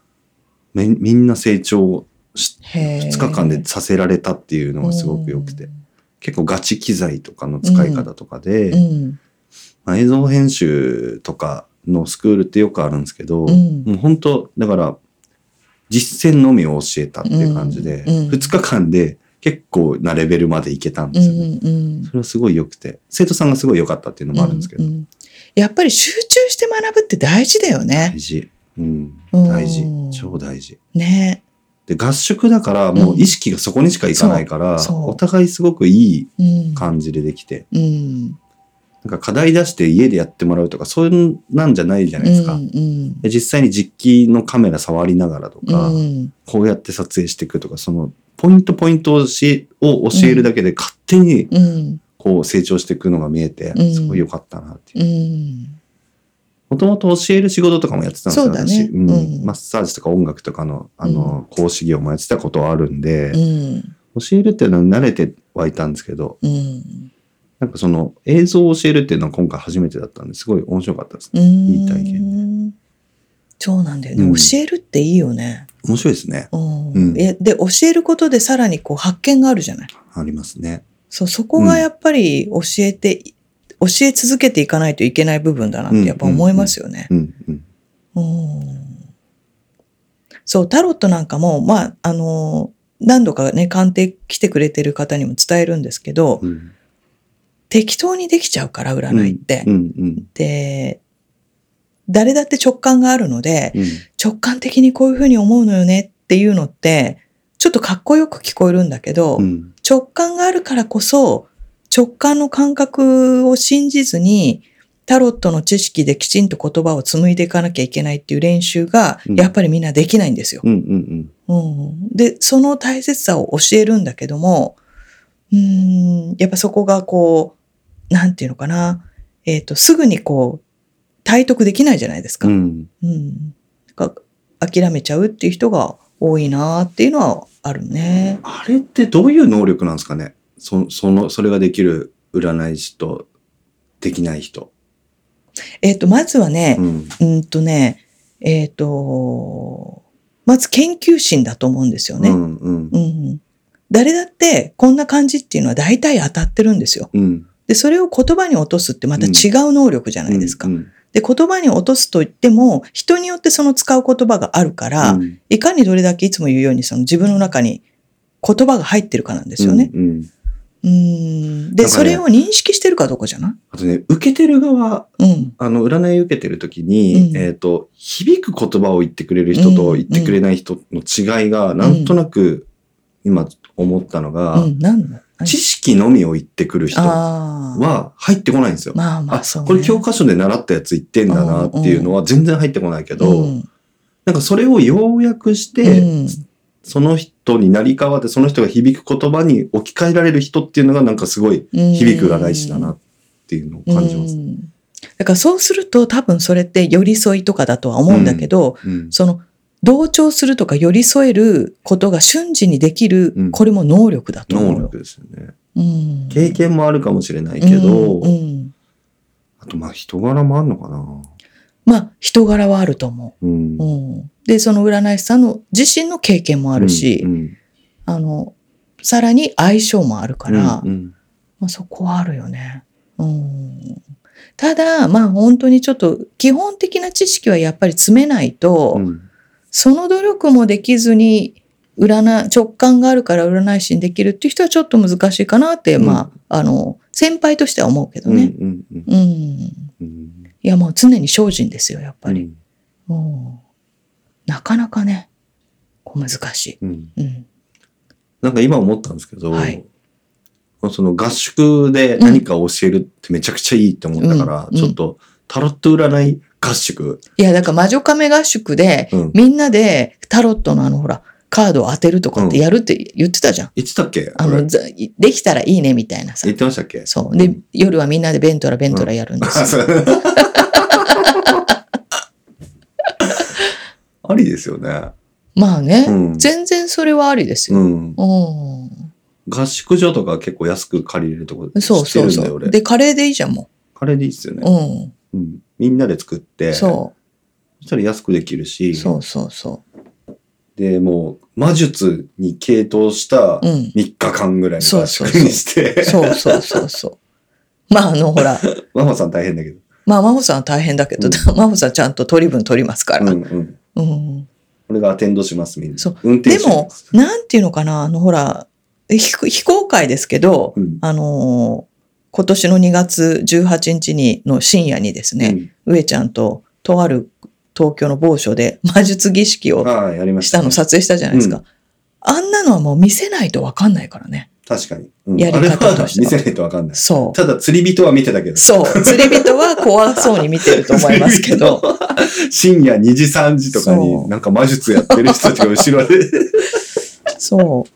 Speaker 1: めみんな成長し
Speaker 2: へ
Speaker 1: 2日間でさせられたっていうのがすごく良くて、結構ガチ機材とかの使い方とかで、
Speaker 2: うん。
Speaker 1: まあ、映像編集とかのスクールってよくあるんですけど、
Speaker 2: うん
Speaker 1: もう本当だから実践のみを教えたっていう感じで、
Speaker 2: うんうん
Speaker 1: 2日間で結構なレベルまでいけたん
Speaker 2: う
Speaker 1: ですよね、
Speaker 2: ん。うん。
Speaker 1: それはすごい良くて生徒さんがすごい良かったっていうのもあるんですけど、
Speaker 2: ううやっぱり集中して学ぶって大事だよね
Speaker 1: 大。事、うん、
Speaker 2: うん
Speaker 1: 大事超大事
Speaker 2: ね。
Speaker 1: で合宿だからもう意識がそこにしかいかないから、
Speaker 2: うんそうそう
Speaker 1: お互いすごくい
Speaker 2: うん
Speaker 1: い。感じでできて、
Speaker 2: うん。
Speaker 1: なんか課題出して家でやってもらうとかそういうなんじゃないじゃないですか、
Speaker 2: うんうん
Speaker 1: で実際に実機のカメラ触りながらとか、
Speaker 2: うん
Speaker 1: こうやって撮影していくとかそのポイントポイントをしを教えるだけで勝手に
Speaker 2: うん
Speaker 1: こう成長していくのが見えて、
Speaker 2: うん
Speaker 1: すごい良かったなっていう。
Speaker 2: うん
Speaker 1: もともと教える仕事とかもやってたんですよ、
Speaker 2: そうだね
Speaker 1: 私、うん
Speaker 2: うん
Speaker 1: マッサージとか音楽とかの、あの、講師業もやってたことはあるんで、
Speaker 2: うん
Speaker 1: 教えるっていうのは慣れてはいたんですけど、
Speaker 2: うん
Speaker 1: なんかその映像を教えるっていうのは今回初めてだったんですごい面白かったですね。いい体
Speaker 2: 験そうなんだよね、
Speaker 1: うん
Speaker 2: 教えるっていいよね、
Speaker 1: 面白いですね。
Speaker 2: うん
Speaker 1: うん
Speaker 2: えで教えることでさらにこう発見があるじゃない
Speaker 1: ありますね。
Speaker 2: そうそこがやっぱり教えて、教え続けていかないといけない部分だなってやっぱ思いますよね。
Speaker 1: うんうん。
Speaker 2: うんそうタロットなんかも、まあ、あの何度かね鑑定来てくれてる方にも伝えるんですけど、
Speaker 1: うん
Speaker 2: 適当にできちゃうから占いって、
Speaker 1: うんうん
Speaker 2: で誰だって直感があるので
Speaker 1: うん。
Speaker 2: 直感的にこういうふうに思うのよねっていうのってちょっとかっこよく聞こえるんだけど、
Speaker 1: うん
Speaker 2: 直感があるからこそ直感の感覚を信じずにタロットの知識できちんと言葉を紡いでいかなきゃいけないっていう練習が
Speaker 1: うん
Speaker 2: やっぱりみんなできないんですよ。
Speaker 1: うんうん
Speaker 2: うん、でその大切さを教えるんだけどもうーんやっぱそこがこうなんていうのかな、えっとすぐにこう体得できないじゃないです
Speaker 1: う
Speaker 2: か。
Speaker 1: ん。
Speaker 2: うん、が諦めちゃうっていう人が多いなっていうのはあるね。
Speaker 1: あれってどういう能力なんですかねそそのそれができる占い師とできない人。
Speaker 2: えっとまずはね、
Speaker 1: うん
Speaker 2: うんとね、えっ、と、まず研究心だと思うんですよ
Speaker 1: う
Speaker 2: ね。
Speaker 1: んうん
Speaker 2: うん。誰だってこんな感じっていうのは大体当たってるんですよ。
Speaker 1: うん。
Speaker 2: で、それを言葉に落とすってまた違う能力じゃないですか。
Speaker 1: うんうん
Speaker 2: で、言葉に落とすといっても、人によってその使う言葉があるから、
Speaker 1: うん
Speaker 2: いかにどれだけいつも言うようにその自分の中に言葉が入ってるかなんですよね。
Speaker 1: うんうん
Speaker 2: うん。で、
Speaker 1: だからね
Speaker 2: それを認識してるかどうかじゃな
Speaker 1: あとね、受けてる側、
Speaker 2: いうん。
Speaker 1: あの、占い受けてる時に、
Speaker 2: うん
Speaker 1: えっ、と、響く言葉を言ってくれる人と言ってくれない人の違いが、なんとなく今思ったのが、
Speaker 2: うん。なんだ
Speaker 1: 知識のみを言ってくる人は
Speaker 2: ああ。
Speaker 1: 入ってこないんですよ。
Speaker 2: まあま
Speaker 1: あ
Speaker 2: あ、そう、ね。
Speaker 1: これ教科書で習ったやつ言ってんだなっていうのは全然入ってこないけど、
Speaker 2: うん
Speaker 1: なんかそれを要約して、
Speaker 2: うん
Speaker 1: その人になり変わってその人が響く言葉に置き換えられる人っていうのがなんかすごい響くが大事だなっていうのを感じます。
Speaker 2: うんだからそうすると多分それって寄り添いとかだとは思うんだけど、
Speaker 1: うん
Speaker 2: その同調するとか寄り添えることが瞬時にできる、
Speaker 1: うん
Speaker 2: これも能力だと思
Speaker 1: 能
Speaker 2: うよ。
Speaker 1: 力ですよね。
Speaker 2: うん
Speaker 1: 経験もあるかもしれないけど、
Speaker 2: うんうん
Speaker 1: あとまあ人柄もあるのかな。
Speaker 2: まあ人柄はあると思
Speaker 1: う
Speaker 2: う。
Speaker 1: ん
Speaker 2: うんでその占い師さんの自身の経験もあるし、
Speaker 1: うん
Speaker 2: あのさらに相性もあるから、
Speaker 1: うんうん
Speaker 2: まあ、そこはあるよね。うん、ただまあ本当にちょっと基本的な知識はやっぱり詰めないと、
Speaker 1: うん
Speaker 2: その努力もできずに占い直感があるから占い師にできるっていう人はちょっと難しいかなって、
Speaker 1: うん
Speaker 2: まああの先輩としては思うけど
Speaker 1: うん
Speaker 2: ね。
Speaker 1: うんうん
Speaker 2: うん、
Speaker 1: うん
Speaker 2: いやもう常に精進ですよやっぱり、
Speaker 1: う
Speaker 2: うんなかなかねこう難し
Speaker 1: んうん
Speaker 2: い。うん
Speaker 1: なんか今思ったんですけど、
Speaker 2: はい
Speaker 1: その合宿で何か教えるってめちゃくちゃいいって思ったから、
Speaker 2: うん
Speaker 1: ちょっとタロット占い合宿、
Speaker 2: いやだから魔女亀合宿で
Speaker 1: うん、
Speaker 2: みんなでタロットのあのほらカードを当てるとかってやるって言ってたじゃん。
Speaker 1: 言ってたっけ
Speaker 2: あ
Speaker 1: これ
Speaker 2: のざできたらいいねみたいなさ
Speaker 1: 言。ってましたっけ
Speaker 2: そう。で、夜はみんなでベントラベントラやるんですよ。
Speaker 1: ありですよね。
Speaker 2: まあね、
Speaker 1: うん
Speaker 2: 全然それはありです
Speaker 1: う
Speaker 2: よ。
Speaker 1: ん。
Speaker 2: うん。
Speaker 1: 合宿所とか結構安く借りれるとこ知
Speaker 2: そう
Speaker 1: って
Speaker 2: そ
Speaker 1: る
Speaker 2: うん
Speaker 1: だ
Speaker 2: そ
Speaker 1: よ、
Speaker 2: う。
Speaker 1: 俺。
Speaker 2: で、カレーでいいじゃんも
Speaker 1: カレーでいいっすよ
Speaker 2: う。
Speaker 1: ね。
Speaker 2: うん。
Speaker 1: うん。みんなで作って、
Speaker 2: そ
Speaker 1: そしたら安くできる
Speaker 2: う。
Speaker 1: し、
Speaker 2: そうそうそ
Speaker 1: で、もう、魔術に傾倒した
Speaker 2: う。う
Speaker 1: 3
Speaker 2: ん。
Speaker 1: 日間ぐらいの合
Speaker 2: そうそ
Speaker 1: 宿
Speaker 2: うそう
Speaker 1: にして、
Speaker 2: そうそうそうそう。まあ、あの、ほら、
Speaker 1: ママさん大変だけど。
Speaker 2: まあ、真帆さんは大変だけど、真帆さんちゃんと取り分取りますか
Speaker 1: う
Speaker 2: ら。
Speaker 1: ん
Speaker 2: う
Speaker 1: うん。
Speaker 2: ん。
Speaker 1: 俺がアテンドします、みんな。
Speaker 2: そう
Speaker 1: 運転
Speaker 2: で
Speaker 1: 手
Speaker 2: も、なんていうのかな、あの、ほら、非非公開ですけど、
Speaker 1: うん
Speaker 2: あのー今年の2月18日にの深夜にですね、上ちゃんととある東京の某所で魔術儀式
Speaker 1: うん
Speaker 2: を
Speaker 1: ああ、やりまし
Speaker 2: したた
Speaker 1: ね、
Speaker 2: の撮影したじゃないですか、
Speaker 1: う
Speaker 2: あんなのはもう見せないとわかんないからね
Speaker 1: 確かに。うん
Speaker 2: やり方として
Speaker 1: あれは見せないとわかんない。
Speaker 2: そ
Speaker 1: ただ、釣り人は見てたけ
Speaker 2: う
Speaker 1: ど。
Speaker 2: そう釣り人は怖そうに見てると思いますけど
Speaker 1: 深夜2時3時とか
Speaker 2: そ
Speaker 1: に
Speaker 2: う
Speaker 1: なんか魔術やってる人たちが後ろで。
Speaker 2: そう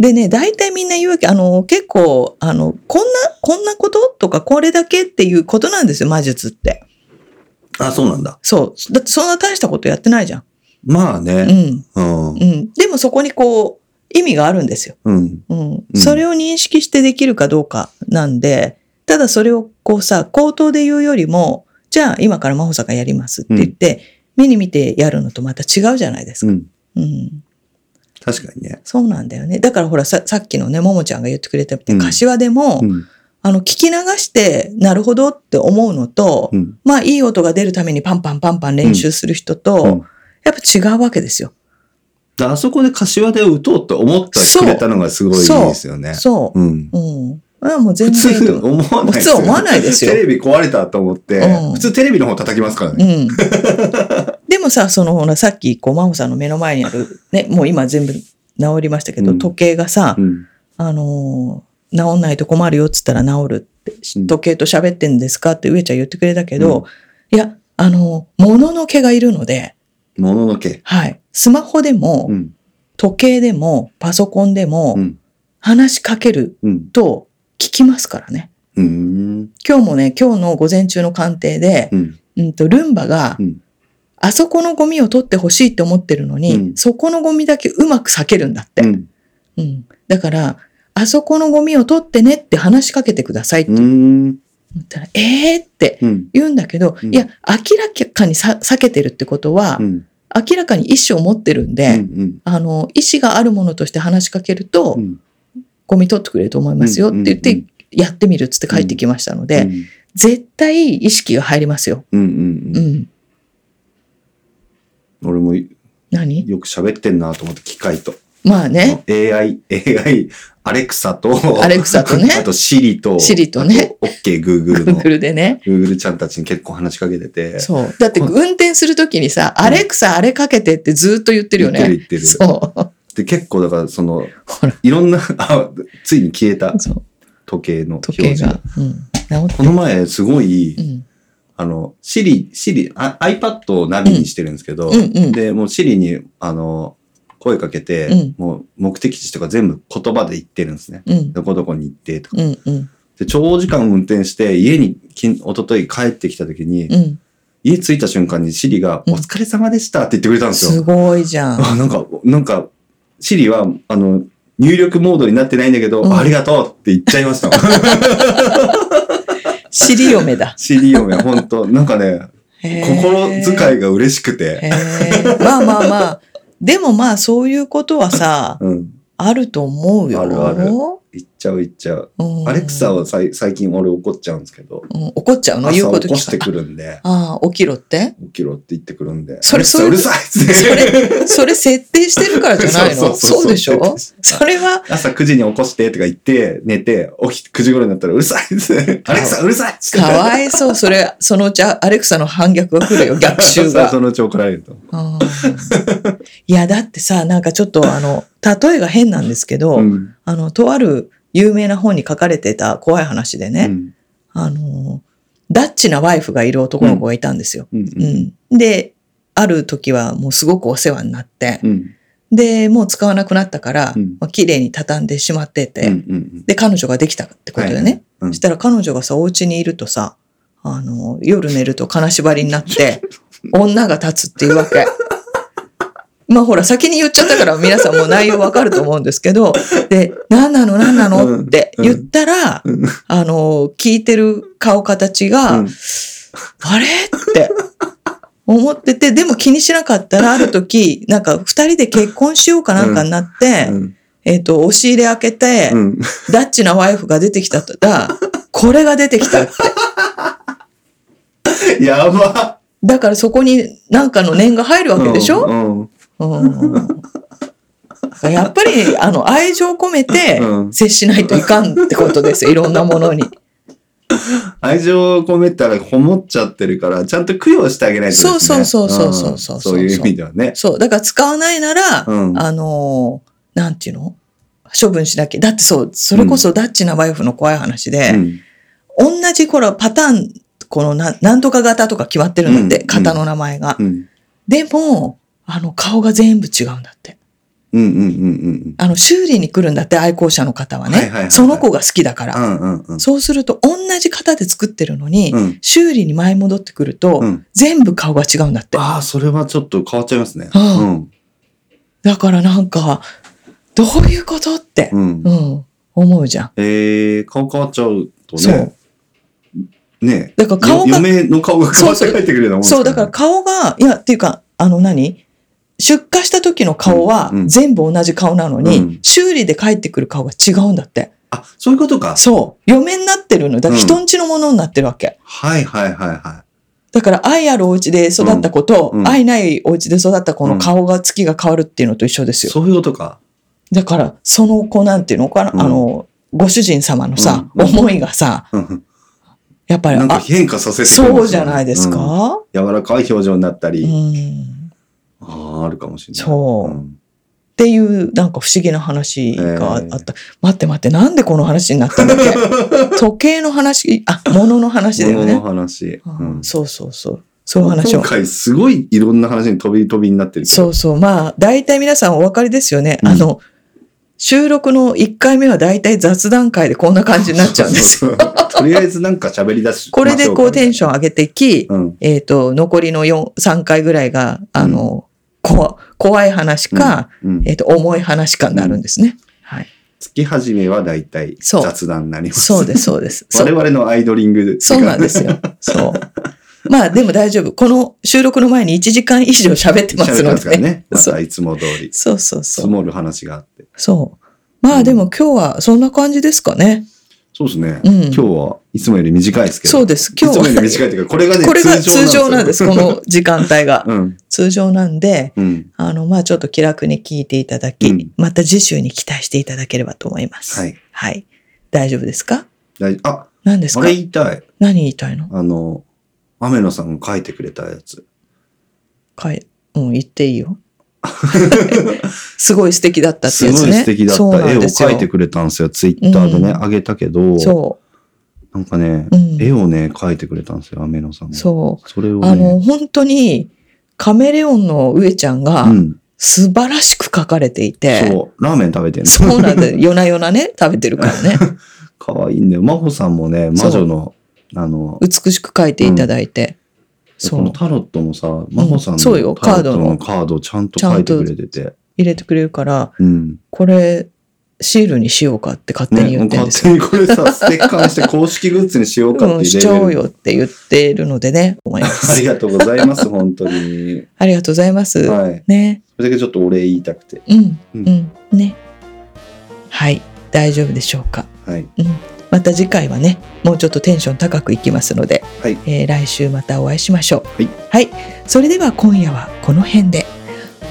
Speaker 2: でね大体みんな言うわけあの結構あのこんなこんなこととかこれだけっていうことなんですよ魔術って
Speaker 1: あ、そうなんだ。
Speaker 2: そうだってそんな大したことやってないじゃん
Speaker 1: まあ
Speaker 2: う
Speaker 1: ね。
Speaker 2: ん
Speaker 1: うん
Speaker 2: う。んでもそこにこう意味があるんですよ
Speaker 1: うん。
Speaker 2: うん
Speaker 1: うん
Speaker 2: それを認識してできるかどうかなんで、ただそれをこうさ、口頭で言うよりも、じゃあ今から真帆さんがやりますって言って、目に見てやるのとまた違うじゃないです
Speaker 1: う
Speaker 2: か。
Speaker 1: ん。
Speaker 2: うん。
Speaker 1: 確かにね。
Speaker 2: そうなんだよね。だからほらさ、さっきのね、ももちゃんが言ってくれたみたいに
Speaker 1: うん
Speaker 2: 柏でも、
Speaker 1: うん。
Speaker 2: あの、聞き流して、なるほどって思うのと、
Speaker 1: うん。
Speaker 2: まあいい音が出るためにパンパンパンパン練習する人と、
Speaker 1: うん
Speaker 2: やっぱ違うわけですよ。
Speaker 1: あそこで柏で打とうと思ってくれたのがすごいいいですよね。
Speaker 2: そ
Speaker 1: うん。
Speaker 2: う。うん。あもう
Speaker 1: 普
Speaker 2: 全然いいと
Speaker 1: 通
Speaker 2: 思う
Speaker 1: 思わない
Speaker 2: 普通は思わないですよ
Speaker 1: テレビ壊れたと思って、
Speaker 2: うん
Speaker 1: 普通テレビの方叩きますからね。
Speaker 2: うん。でもさ、そのほら、さっき、こう、真帆さんの目の前にある、ね、もう今全部治りましたけど、
Speaker 1: うん
Speaker 2: 時計がさ、
Speaker 1: うん。
Speaker 2: あのー治んないと困るよっつったら治るって、
Speaker 1: うん
Speaker 2: 時計と喋ってんですかって上ちゃん言ってくれたけど、いや、あのー物の毛がいるので、
Speaker 1: もののけ。
Speaker 2: はい。スマホでも
Speaker 1: う、ん。
Speaker 2: 時計でも、パソコンでも、
Speaker 1: うん
Speaker 2: 話しかける
Speaker 1: うん。
Speaker 2: と聞きますからね。
Speaker 1: うん。
Speaker 2: 今日もね、今日の午前中の鑑定で、
Speaker 1: うん。
Speaker 2: うんと、ルンバが、
Speaker 1: うん
Speaker 2: あそこのゴミを取ってほしいって思ってるのに、
Speaker 1: うん
Speaker 2: そこのゴミだけうまく避けるんだって。
Speaker 1: う
Speaker 2: うん
Speaker 1: ん。
Speaker 2: だから、あそこのゴミを取ってねって話しかけてくださいって
Speaker 1: うん。
Speaker 2: 言ったら、えーって
Speaker 1: うん。
Speaker 2: 言うんだけど、
Speaker 1: うん
Speaker 2: いや、明らかにさ避けてるってことは、
Speaker 1: うん。
Speaker 2: 明らかに意思を持ってるん
Speaker 1: う
Speaker 2: で、
Speaker 1: ん。
Speaker 2: あの、意思があるものとして話しかけると、
Speaker 1: うん。
Speaker 2: ゴミ取ってくれると思いますよって言っ
Speaker 1: うんう
Speaker 2: て
Speaker 1: ん、
Speaker 2: やってみるっつって帰ってきましたので、
Speaker 1: うん
Speaker 2: 絶対意識が入りますよ。
Speaker 1: うんう
Speaker 2: うんん。
Speaker 1: うん。俺も
Speaker 2: 何
Speaker 1: よく喋ってんなと思って、機械と。
Speaker 2: まあね。
Speaker 1: AI、AI、アレクサと、
Speaker 2: アレクサとね
Speaker 1: あとシリと、
Speaker 2: シリとね
Speaker 1: あと。OK、Google の。
Speaker 2: Google でね。
Speaker 1: Google ちゃんたちに結構話しかけてて。
Speaker 2: そう。だって
Speaker 1: こ
Speaker 2: 運転するときにさ、
Speaker 1: うん
Speaker 2: アレクサあれかけてってずーっと言ってるよね。
Speaker 1: 言ってる言ってる
Speaker 2: そう。
Speaker 1: で、結構だから、その、
Speaker 2: ほら、
Speaker 1: いろんな、 あ、ついに消えた
Speaker 2: そう。
Speaker 1: 時計の表
Speaker 2: 時計
Speaker 1: 示
Speaker 2: が。うん。治っ
Speaker 1: この前、すごい、
Speaker 2: て。うん。
Speaker 1: あの、シリ、シリ、あ iPad をナビにしてるんですけど、
Speaker 2: うんうん。
Speaker 1: で、もうシリに、あの、声かけて、
Speaker 2: うん
Speaker 1: もう目的地とか全部言葉で言ってるんですね。
Speaker 2: うん。
Speaker 1: どこどこに行ってとか。
Speaker 2: うん。うん。
Speaker 1: で、長時間運転して、家にきん、一昨日帰ってきた時に、
Speaker 2: うん。
Speaker 1: 家着いた瞬間にシリが、
Speaker 2: うん
Speaker 1: お疲れ様でしたって言ってくれたんです
Speaker 2: す
Speaker 1: よ。
Speaker 2: ごいじゃん。
Speaker 1: あ、なんか、なんか、シリは、あの、入力モードになってないんだけど、
Speaker 2: うん
Speaker 1: ありがとうって言っちゃいました。
Speaker 2: 尻嫁だ。
Speaker 1: CD 読め、ほんと。なんかね、
Speaker 2: へー
Speaker 1: 心遣いが嬉しくて。
Speaker 2: へーまあまあまあ。でもまあそういうことはさ、
Speaker 1: うん。
Speaker 2: あると思うよ。
Speaker 1: あるある行っちゃう行っちゃう。
Speaker 2: うん
Speaker 1: アレクサはさい最近俺怒っちゃうんですけど、
Speaker 2: うん怒っちゃうの
Speaker 1: 朝
Speaker 2: 言うこと
Speaker 1: 起
Speaker 2: 聞
Speaker 1: こ
Speaker 2: か
Speaker 1: してくるんで、
Speaker 2: ああ、起きろって
Speaker 1: 起きろって言ってくるんで、
Speaker 2: それ
Speaker 1: アレクサ
Speaker 2: それ
Speaker 1: うるさいっつって
Speaker 2: それ、 それ設定してるからじゃない
Speaker 1: そう
Speaker 2: の
Speaker 1: そうそう
Speaker 2: そうでしょそれは、
Speaker 1: 朝9時に起こしてとか言って、寝て、起き9時頃になったらうるさいっつって、アレクサうるさいっつって。
Speaker 2: か わいそう。それ、そのうちアレクサの反逆が来るよ、逆襲が。
Speaker 1: そのうち怒られると。
Speaker 2: うんいや、だってさ、なんかちょっとあの、例えが変なんですけど、
Speaker 1: うん
Speaker 2: あの、とある有名な本に書かれてた怖い話でね、
Speaker 1: うん
Speaker 2: あの、ダッチなワイフがいる男の子がいたんですよ。
Speaker 1: うん
Speaker 2: う。ん。で、ある時はもうすごくお世話になって、
Speaker 1: うん
Speaker 2: で、もう使わなくなったから、
Speaker 1: うん
Speaker 2: まあ、綺麗に畳んでしまってて、
Speaker 1: うんうん
Speaker 2: で、彼女ができたってことでね。
Speaker 1: はいうん
Speaker 2: そしたら彼女がさ、お家にいるとさ、あの、夜寝ると金縛りにな って、女が立つっていうわけ。まあほら、先に言っちゃったから皆さんもう内容わかると思うんですけど、で、何なの何なのって言ったら、
Speaker 1: うん
Speaker 2: あの、聞いてる顔形が、
Speaker 1: うん
Speaker 2: あれって思ってて、でも気にしなかったらある時、なんか二人で結婚しようかなんかになって、
Speaker 1: うん
Speaker 2: えっ、と、押し入れ開けて、
Speaker 1: うん
Speaker 2: ダッチなワイフが出てきたとだ、これが出てきたって。
Speaker 1: やば
Speaker 2: だからそこになんかの念が入るわけでしょ、
Speaker 1: ょ
Speaker 2: うんやっぱり、あの、愛情込めて
Speaker 1: うん
Speaker 2: 接しないといかんってことですよ。いろんなものに。
Speaker 1: 愛情を込めたらこもっちゃってるから、ちゃんと供養してあげないとですね。
Speaker 2: そうそうそうそうそうそうん
Speaker 1: そういう意味ではね。
Speaker 2: そう。だから使わないなら、
Speaker 1: うん
Speaker 2: あのー、なんていうの処分しなきゃ。だってそう、それこそダッチなワイフの怖い話で、
Speaker 1: うん
Speaker 2: 同じこれパターン、このななんとか型とか決まってるんだって、
Speaker 1: うん
Speaker 2: 型の名前が。
Speaker 1: うん
Speaker 2: でも、あの、顔が全部違うんだって。
Speaker 1: うんうんうん
Speaker 2: あの、修理に来るんだって、愛好者の方はね。
Speaker 1: はいはいはいはい
Speaker 2: その子が好きだから。
Speaker 1: うんうんうん
Speaker 2: そうすると、同じ型で作ってるのに、
Speaker 1: うん
Speaker 2: 修理に前戻ってくると、
Speaker 1: うん
Speaker 2: 全部顔が違うんだって。
Speaker 1: ああ、それはちょっと変わっちゃいますね。
Speaker 2: はあ
Speaker 1: うん
Speaker 2: だからなんか、どういうことって、
Speaker 1: うん
Speaker 2: うん、思うじゃん。
Speaker 1: えー顔変わっちゃうと
Speaker 2: そ
Speaker 1: ね
Speaker 2: う。
Speaker 1: ね
Speaker 2: だから顔が
Speaker 1: よ嫁の顔が変わって
Speaker 2: そうそう
Speaker 1: 帰ってくるようなもんです
Speaker 2: そう、だから顔が、いや、っていうか、あの何出荷した時の顔は
Speaker 1: うんうん
Speaker 2: 全部同じ顔なのに、
Speaker 1: うん
Speaker 2: 修理で帰ってくる顔が違うんだって。
Speaker 1: あ、そういうことか。
Speaker 2: そう。嫁になってるの。だから
Speaker 1: うん
Speaker 2: 人んちのものになってるわけ。
Speaker 1: はいはいはいは
Speaker 2: だから愛あるお家で育った子と、
Speaker 1: うんうん
Speaker 2: 愛ないお家で育った子の顔が、月が変わるっていうのと一緒で
Speaker 1: い。
Speaker 2: すよ。
Speaker 1: そういうことか。
Speaker 2: だから、その子なんていうのかな、
Speaker 1: うん
Speaker 2: あの、ご主人様のさ、
Speaker 1: うんうん
Speaker 2: 思いがさ、
Speaker 1: うんうん
Speaker 2: やっぱり、
Speaker 1: なんか
Speaker 2: あ、
Speaker 1: 変化させてくるんですよね
Speaker 2: そうじゃないですか、
Speaker 1: うん柔らかい表情になったり、
Speaker 2: うん、
Speaker 1: あーあるかもしれない。
Speaker 2: そう
Speaker 1: うん
Speaker 2: っていう、なんか不思議な話があ
Speaker 1: え
Speaker 2: っ
Speaker 1: え
Speaker 2: た。待って待って、なんでこの話になったんだっけ 時計の話、あ、物の話だよ
Speaker 1: 物の
Speaker 2: ね。
Speaker 1: 話。う
Speaker 2: うんんそうそうそう。そういう話
Speaker 1: 今
Speaker 2: を。
Speaker 1: 回すごいいろんな話に飛び飛びになってるけど
Speaker 2: そうそう。まあ、大体皆さんお分かりですよね。
Speaker 1: うん
Speaker 2: あの、収録の1回目は大体雑談会でこんな感じになっちゃうんですよ。
Speaker 1: そうそうそうとりあえずなんか喋り出し
Speaker 2: これでこうテンション
Speaker 1: ン。
Speaker 2: 上げてき、
Speaker 1: うん。
Speaker 2: えっ、と、残りの4、3回ぐらいが、あの、こ怖い話か、
Speaker 1: うん、
Speaker 2: えっ、と、重い話かになるんですね。はい。
Speaker 1: 月始めは大体
Speaker 2: そう
Speaker 1: 雑談になります。
Speaker 2: そうです、そうです。そ
Speaker 1: 我
Speaker 2: う
Speaker 1: 々のアイドリングっていか
Speaker 2: そうなんですよ。そう。まあ、でも大丈夫。この収録の前に1時間以上喋ってます
Speaker 1: 喋って
Speaker 2: の
Speaker 1: ますから
Speaker 2: でね。
Speaker 1: ね。ま
Speaker 2: そ
Speaker 1: た
Speaker 2: う
Speaker 1: いつも通り、
Speaker 2: そうそうそ
Speaker 1: 積
Speaker 2: う。
Speaker 1: もる話があって。
Speaker 2: そう。まあ、でも今日はそんな感じですかね。
Speaker 1: そうですね。
Speaker 2: うん
Speaker 1: 今日はいつもより短いですけど。
Speaker 2: そうです。今日
Speaker 1: いつもより
Speaker 2: は。
Speaker 1: 短いというか、これがね、
Speaker 2: これが通常なんです。
Speaker 1: よ
Speaker 2: この時間帯が。
Speaker 1: うん。
Speaker 2: 通常なんで、
Speaker 1: うん。
Speaker 2: あの、まあちょっと気楽に聞いていただき、
Speaker 1: うん
Speaker 2: また次週に期待していただければと思います。
Speaker 1: は。い。
Speaker 2: 大丈夫ですか
Speaker 1: 大丈夫あ、
Speaker 2: 何です
Speaker 1: あ
Speaker 2: か
Speaker 1: れ言いたい。
Speaker 2: 何言いたいの
Speaker 1: あの、雨野さんが書いてくれたやつ。
Speaker 2: かい、うん、言っていいよ。すごい素敵だったって
Speaker 1: す
Speaker 2: やつ
Speaker 1: ごい
Speaker 2: ね。
Speaker 1: 素敵だっ
Speaker 2: そう
Speaker 1: た
Speaker 2: な
Speaker 1: 絵
Speaker 2: ん
Speaker 1: を
Speaker 2: ですよ
Speaker 1: 描いてくれたんですよ。ツイッターでね、
Speaker 2: うん
Speaker 1: あげたけど、
Speaker 2: そ
Speaker 1: なんかね
Speaker 2: う。う、ん。
Speaker 1: 絵をね、描いてくれたんですよ、雨野さんが。
Speaker 2: そ
Speaker 1: それを
Speaker 2: う。あの、
Speaker 1: ね、
Speaker 2: 本当に、カメレオンの上ちゃんが
Speaker 1: うん。
Speaker 2: 素晴らしく描かれていて、
Speaker 1: そう、ラーメン食べてるの。
Speaker 2: そうなんだよ。夜な夜なね、食べてるからね。
Speaker 1: かわいいんだよ。真帆さんもね、魔
Speaker 2: そ
Speaker 1: 女
Speaker 2: う
Speaker 1: の、あの、
Speaker 2: 美しく描いていただいて。そ
Speaker 1: この
Speaker 2: う。
Speaker 1: タロットもさ、真帆さん
Speaker 2: そうよ
Speaker 1: のタロット
Speaker 2: カードの
Speaker 1: のカードをちゃんと書いてくれてて。
Speaker 2: 入れてくれるから、
Speaker 1: うん。
Speaker 2: これ、シールにしようかって勝手に
Speaker 1: ね、も
Speaker 2: 言
Speaker 1: う
Speaker 2: ってるんで
Speaker 1: 勝
Speaker 2: すよ
Speaker 1: 手にこれさ、ステッカーにして公式グッズにしようか
Speaker 2: う
Speaker 1: っ
Speaker 2: ん、
Speaker 1: て
Speaker 2: し
Speaker 1: 入
Speaker 2: ちゃお
Speaker 1: れ
Speaker 2: う
Speaker 1: る。
Speaker 2: よって言っているのでね、思いま
Speaker 1: あり
Speaker 2: す。
Speaker 1: がとうございます、本当 に。
Speaker 2: ありがとうございます。
Speaker 1: はい。
Speaker 2: ね。
Speaker 1: それだけちょっとお礼言いたくて。
Speaker 2: うん、
Speaker 1: う
Speaker 2: うんん、ね。はい。大丈夫でしょうか。
Speaker 1: はい。
Speaker 2: また次回はね、もうちょっとテンション高くいきますので、
Speaker 1: はい
Speaker 2: えー来週またお会いしましょう。
Speaker 1: はい
Speaker 2: はい、それでは今夜はこの辺で。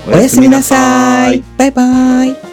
Speaker 2: おやすみなさ
Speaker 1: おやすみなさ
Speaker 2: い。バイバイ。